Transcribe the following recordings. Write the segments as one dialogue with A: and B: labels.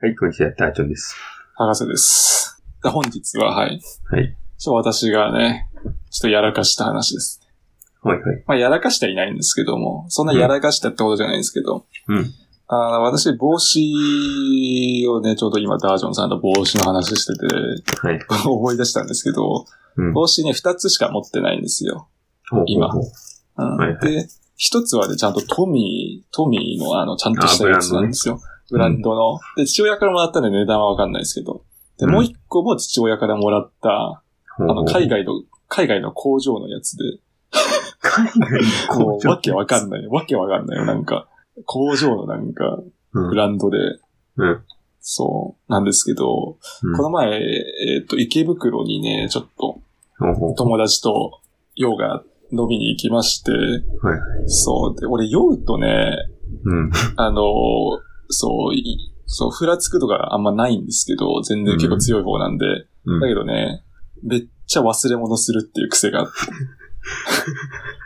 A: はい、こんにちは、ダーチョンです。
B: 博士です。で本日は、はい。
A: はい。
B: ちょっと私がね、ちょっとやらかした話です。
A: はいはい。
B: まあ、やらかしてはいないんですけども、そんなやらかしたってことじゃないんですけど、
A: うん。
B: あの、私、帽子をね、ちょうど今、ダージョンさんと帽子の話してて、
A: はい。
B: 思い出したんですけど、
A: うん。
B: 帽子ね、二つしか持ってないんですよ。
A: ほうほう
B: 今
A: ほう
B: うん
A: はいは
B: で、一つはね、ちゃんとトミー、トミーのあの、ちゃんとしたやつなんですよ。ブ
A: ブラ
B: ラ
A: ン
B: ンドの。で、父親からもらったんで値段はわかんないですけど。で、もう一個も父親からもらった、
A: ほうほう
B: あの、海外の、海外の工場のやつで、
A: 海外の
B: こ
A: 工
B: う、わ
A: 場。
B: けわかんない、わけわかんないよ、なんか、工場のなんか、
A: うん
B: ブランドで、
A: うん
B: そう、なんですけど、
A: うん
B: この前、えっと、池袋にね、ちょっと、
A: ほうほう
B: 友達と、ヨウが飲みに行きまして、
A: はい
B: そう、で、俺、ヨウとね、
A: うん。
B: あの、そう、いそう、ふらつくとかあんまないんですけど、全然結構強い方なんで、
A: うん
B: だけどね、めっちゃ忘れ物するっていう 癖があって。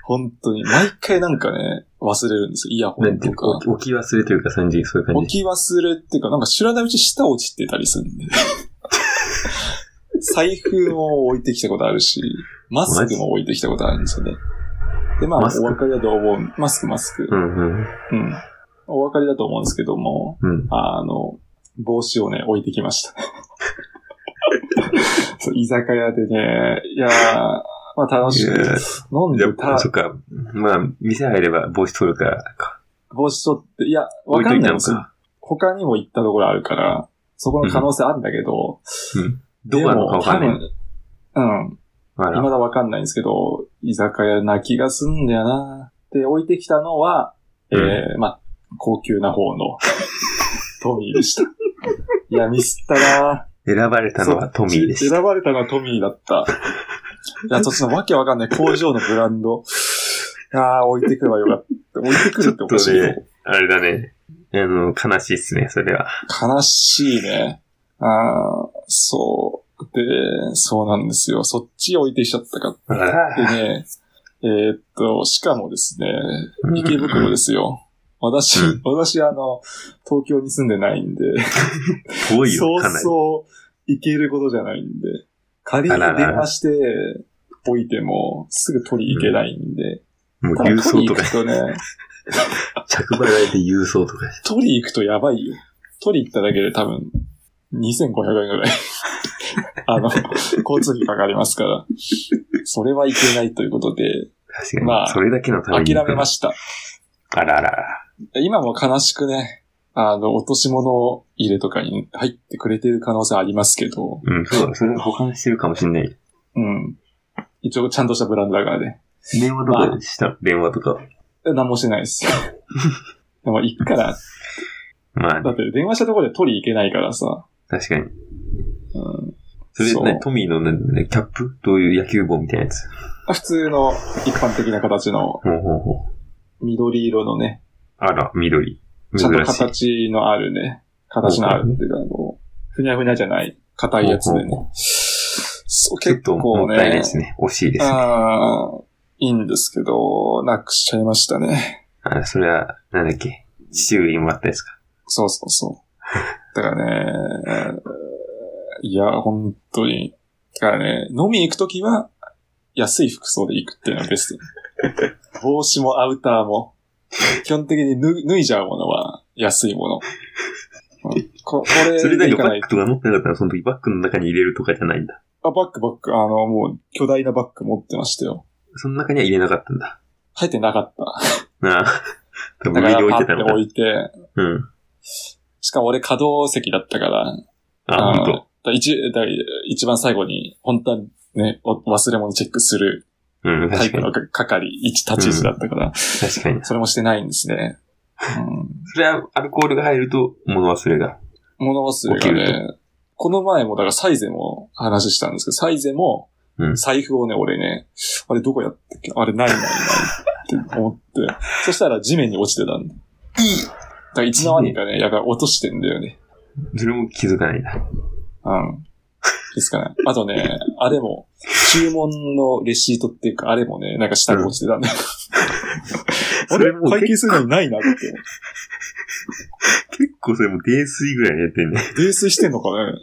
B: 本当に、毎回なんかね、忘れるんですよ。イヤホ
A: な
B: ン
A: んてい
B: と
A: うか、
B: か。
A: 置き忘れというか、三時、そういう感
B: 置
A: じ。
B: き忘れっていうか、なんか知らないうち下落ちてたりする んで。財布も置いてきたことあるし、マスクも置いてきたことあるんですよね。で、まあ、お
A: マスク
B: 分かりだと思う。マスク、マスク
A: う。んうん。
B: うん。お分かりだと思うんですけども、
A: うん。
B: あの、帽子をね、置いてきました。 そう居酒屋でね、いやー、まあ楽し
A: い
B: く
A: や
B: 飲んで
A: じゃ
B: た
A: あ、そっか。まあ、店入れば帽子取るからか。
B: 帽子取って、いや、わ
A: 置い
B: か
A: と
B: ん
A: い
B: な
A: た
B: い
A: の
B: んですよ。
A: か。
B: 他にも行ったところあるから、そこの可能性あるんだけど、
A: うん。どこなのかわかんない。
B: い。うん。
A: あら
B: 未。だわかんないんですけど、居酒屋な気がすんだよな。で、置いてきたのは、
A: うん
B: えー、まあ、高級な方 のトミーでした。いや、ミスったな
A: 選ばれたのはトミーでした。
B: 選ばれたのはトミーだった。 いや、ちょっとわけわかんない。工場のブランド。ああ、置いてくればよかった。置いてくるっておかしい
A: ちょ
B: よ
A: っとねあれだね。あの、悲しいっすね、それは。
B: 悲しいね。ああ、そう。で、そうなんですよ。そっち置いてきちゃったかっ
A: あら
B: て ね。えーっと、しかもですね、池袋ですよ。私
A: うん、
B: 私、あの、東京に住んでないんで、
A: 遠い
B: そ
A: よ、
B: う
A: かなり。
B: そう、行けることじゃないんで、仮に
A: あららら
B: 電話して、置いても、すぐ取り行けないんで、
A: もう
B: 多分
A: 郵送
B: 取り
A: と
B: 行
A: か、
B: くとね、
A: 着払いで郵送とか。
B: 取り行くとやばいよ。取り行っただけで多分、2500円ぐらい。 あの、交通費かかりますから。それはいけないということで、
A: 確かに。
B: まあ
A: それだけのため
B: 諦
A: に。
B: めま
A: し
B: した。
A: た。あらあらあら。
B: 今も悲しくね、あの、落とし物入れとかに入ってくれてる可能性ありますけど、
A: うん、そう、それ保管してるかもしんない。
B: うん。一応ちゃんとしたブランドだからね。
A: 電話とかした、電話とか。
B: 何もしてな いです。でも行くから、
A: まあ
B: だ、って電話したところで取り行けないからさ。
A: 確かに。
B: うん、
A: それ、
B: そう
A: ね、トミーの、ね、キャップどういう野球帽みたいなやつ。
B: 普通の一般的な形の
A: ほうほうほう。
B: 緑色のね、
A: あら、緑。
B: ちゃんと
A: 珍しい。
B: 形のあるね、形のあるっていうか、こう、ふにゃふにゃじゃない、硬いやつで
A: ほうほ
B: ね。そう、
A: ちょっ
B: 結
A: とも
B: 構
A: ったいない
B: ね
A: で、すね。惜しいですね。
B: あーいいんですけど、なくしちゃいましたね。
A: あそれは、なんだっけ。父上にもらったやつか。
B: そうそうそう。だからね、いや、本当に。だからね、飲み行くときは、安い服装で行くっていうの がベスト。帽子もアウターも。基本的に脱脱いじゃうものは安いもの。うんここれ
A: それだ
B: で
A: け
B: い
A: バ
B: かない
A: ッグとか持ってなかったら、その時バッグの中に入れるとかじゃないんだ。
B: あ、バッグバッグ、あの、もう巨大なバッグ持ってましたよ。
A: その中には入れなかったんだ。
B: 入ってなかった。
A: なあ。多
B: だ
A: 分
B: か
A: 上に置い
B: ら、
A: て
B: パ
A: た
B: ッて
A: のか
B: 置。いて、
A: うん。
B: しかも俺稼働席だったから、
A: あ、
B: の
A: ほんと。
B: だ一だ一番最後に、本当はね、お忘れ物チェックする
A: うん、
B: タ
A: 確
B: イ
A: か
B: プ
A: に。
B: のか係、一立ち位置だったから、
A: 確かに。
B: それもしてないんですね。
A: それは、アルコールが入ると、物忘れが。
B: うん、物忘れが
A: 起き
B: ね、この前も、だからサイゼも話したんですけど、サイゼも
A: うん、
B: 財布をね、俺ね、あれどこやったっけあれないないないって思って、そしたら地面に落ちてたんだ。だからいつの間にかね、やっぱ落としてんだよね。
A: それも気づかないんだ。
B: うん。ですから。あとね、 あれも、注文のレシートっていうか、あれもね、なんか下に落ちてたんだよ。
A: うんそれもう
B: あれ会計するのにないなって。
A: 結構それも泥酔ぐらいにやってん ねん。
B: 泥酔してんのかね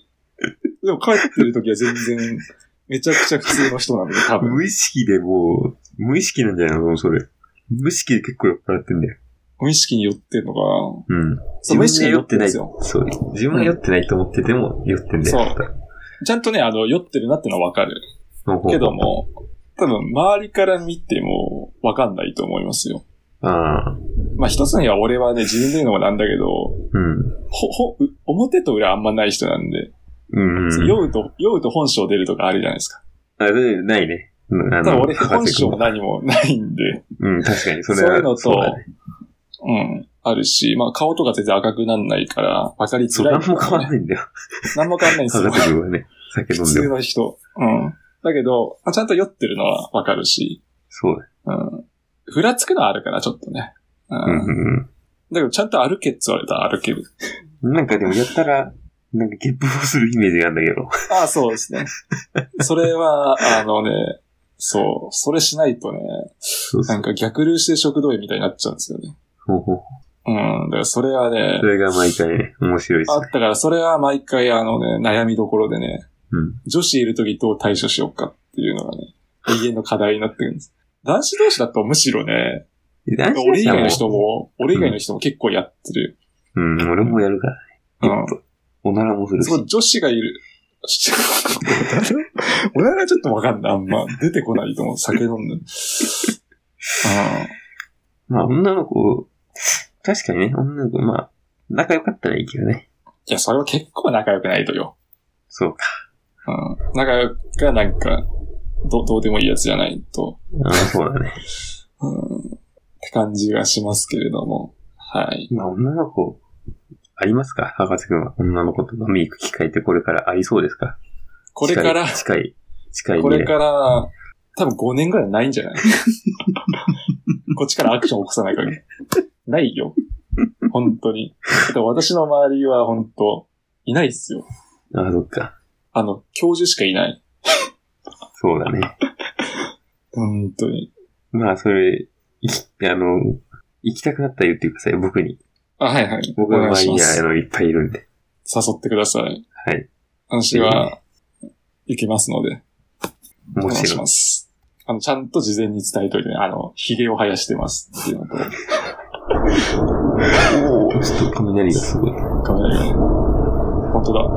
B: でも帰ってる時は全然、めちゃくちゃ普通の人なんで、多分。
A: 無意識でもう、無意識なんじゃないのそれ。無意識で結構酔っ払ってんだよ。
B: 無意識に寄ってんのかな
A: うん。
B: そう、無意識に寄ってないですよ。
A: そう。自分は酔ってないと思ってても酔ってんだよ。
B: ちゃんとね、あの、酔ってるなってのはわかる。
A: そう
B: けど。も、多分、周りから見ても、わかんないと思いますよ。
A: ああ。
B: まあ、一つには俺はね、自分で言うのもなんだけど、
A: うん。
B: ほ、ほ、う表と裏あんまない人なんで、
A: うん、うん。
B: 酔うと、酔うと本性出るとかあるじゃないですか。
A: あ、でないね。うんあ
B: ただ俺、
A: 博
B: 本
A: 士
B: 性
A: 君
B: も何もないんで、
A: うん、確かに。そ
B: そう
A: れは
B: いうのと、
A: そうだね
B: うん、あるし、まあ、顔とか全然赤くなんないから、わかり
A: そ
B: づ
A: う、
B: らい、
A: なんも変わらないんだよ。
B: 何も変わんないんです
A: 博
B: よ。
A: 士君はね。酒飲
B: 普
A: んで
B: 通
A: も。
B: の人。うん。だけど、まあちゃんと酔ってるのはわかるし、
A: そうだ。
B: うん。ふらつくのはあるから、ちょっとね。う。
A: うんん、
B: だけど、ちゃんと歩けって言われたら歩ける。
A: うん。なんかでもやったら、なんかゲップをするイメージがあるんだけど。
B: ああ、そうですね。それは、あのね、そう、それしないとね、
A: そうそ
B: な
A: う。
B: んか逆流して食道炎みたいになっちゃうんですよね。
A: ほうほう
B: うん、だからそれはね
A: そ、れが毎回ね、面白いです
B: あっ
A: ね。
B: たからそれは毎回あのね、悩みどころでね、
A: うん。
B: 女子いる時どう対処しようかっていうのがね、永遠の課題になってるんです。男子同士だとむしろね、
A: 男子
B: 俺以外の
A: も
B: 人も、俺以外の人も結構やってる。
A: うん、俺もやるから。
B: うん。
A: おならもするし。
B: そう、女子がいる。 俺はちょっとわかんない。あんま出てこないと思う。酒飲んで。うん。
A: まあ、女の子、確かにね、女の子、まあ、仲良かったらいいけどね。
B: いや、それは結構仲良くないとよ。
A: そうか。
B: うん。仲良くがなんか、どうどうでもいいやつじゃないと。
A: ああ、そうだね。
B: うん。って感じがしますけれども。はい。
A: まあ、女の子、ありますか博士くんは。女の子と飲み行く機会ってこれからありそうですか
B: これから、
A: 近い、近い、近い
B: こ
A: 未
B: れ
A: 来。
B: から、多分5年ぐらいないんじゃない こっちからアクション起こさない限り。ないよ。本当に。だって私の周りは本当、いないっすよ。
A: ああ、そっか。
B: あの、教授しかいない。
A: そうだね。
B: 本当に。
A: まあ、それ、いき、あの、行きたくなったら言ってください、僕に。
B: あ、はいはい。
A: 僕の
B: お願い
A: 周りに
B: しま
A: は、あ
B: す。
A: の、いっぱいいるんで。
B: 誘ってください。
A: はい。
B: 私は、行きますので、お
A: も
B: 願い
A: ち
B: し
A: ろん。
B: ます。あの、ちゃんと事前に伝えといてね、あの、髭を生やしてますっていうのと、
A: おーちょっと雷がすごい。聞
B: カメラが本当だ。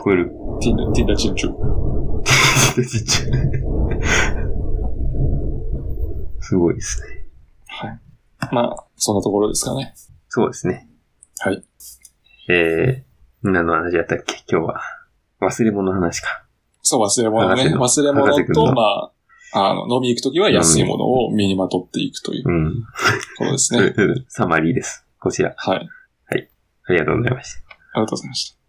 A: こえる。
B: ティンダ、ティンダチンチュ。
A: ちっちゃい。 すごいですね。
B: はい。まあ、そんなところですかね。
A: そうですね。
B: はい。
A: えー、何の話だったっけ今日は。忘れ物の話か。
B: そう、忘れ物
A: 博士
B: ね。
A: の
B: 忘れ
A: 博士
B: 物
A: 君
B: と、
A: の
B: まあ、あの、飲み行くときは安いものを身にまとっていくという
A: うん。
B: ことですね。
A: サマリーです。こちら。
B: はい。あり
A: ありがとうございました。
B: がとうございました。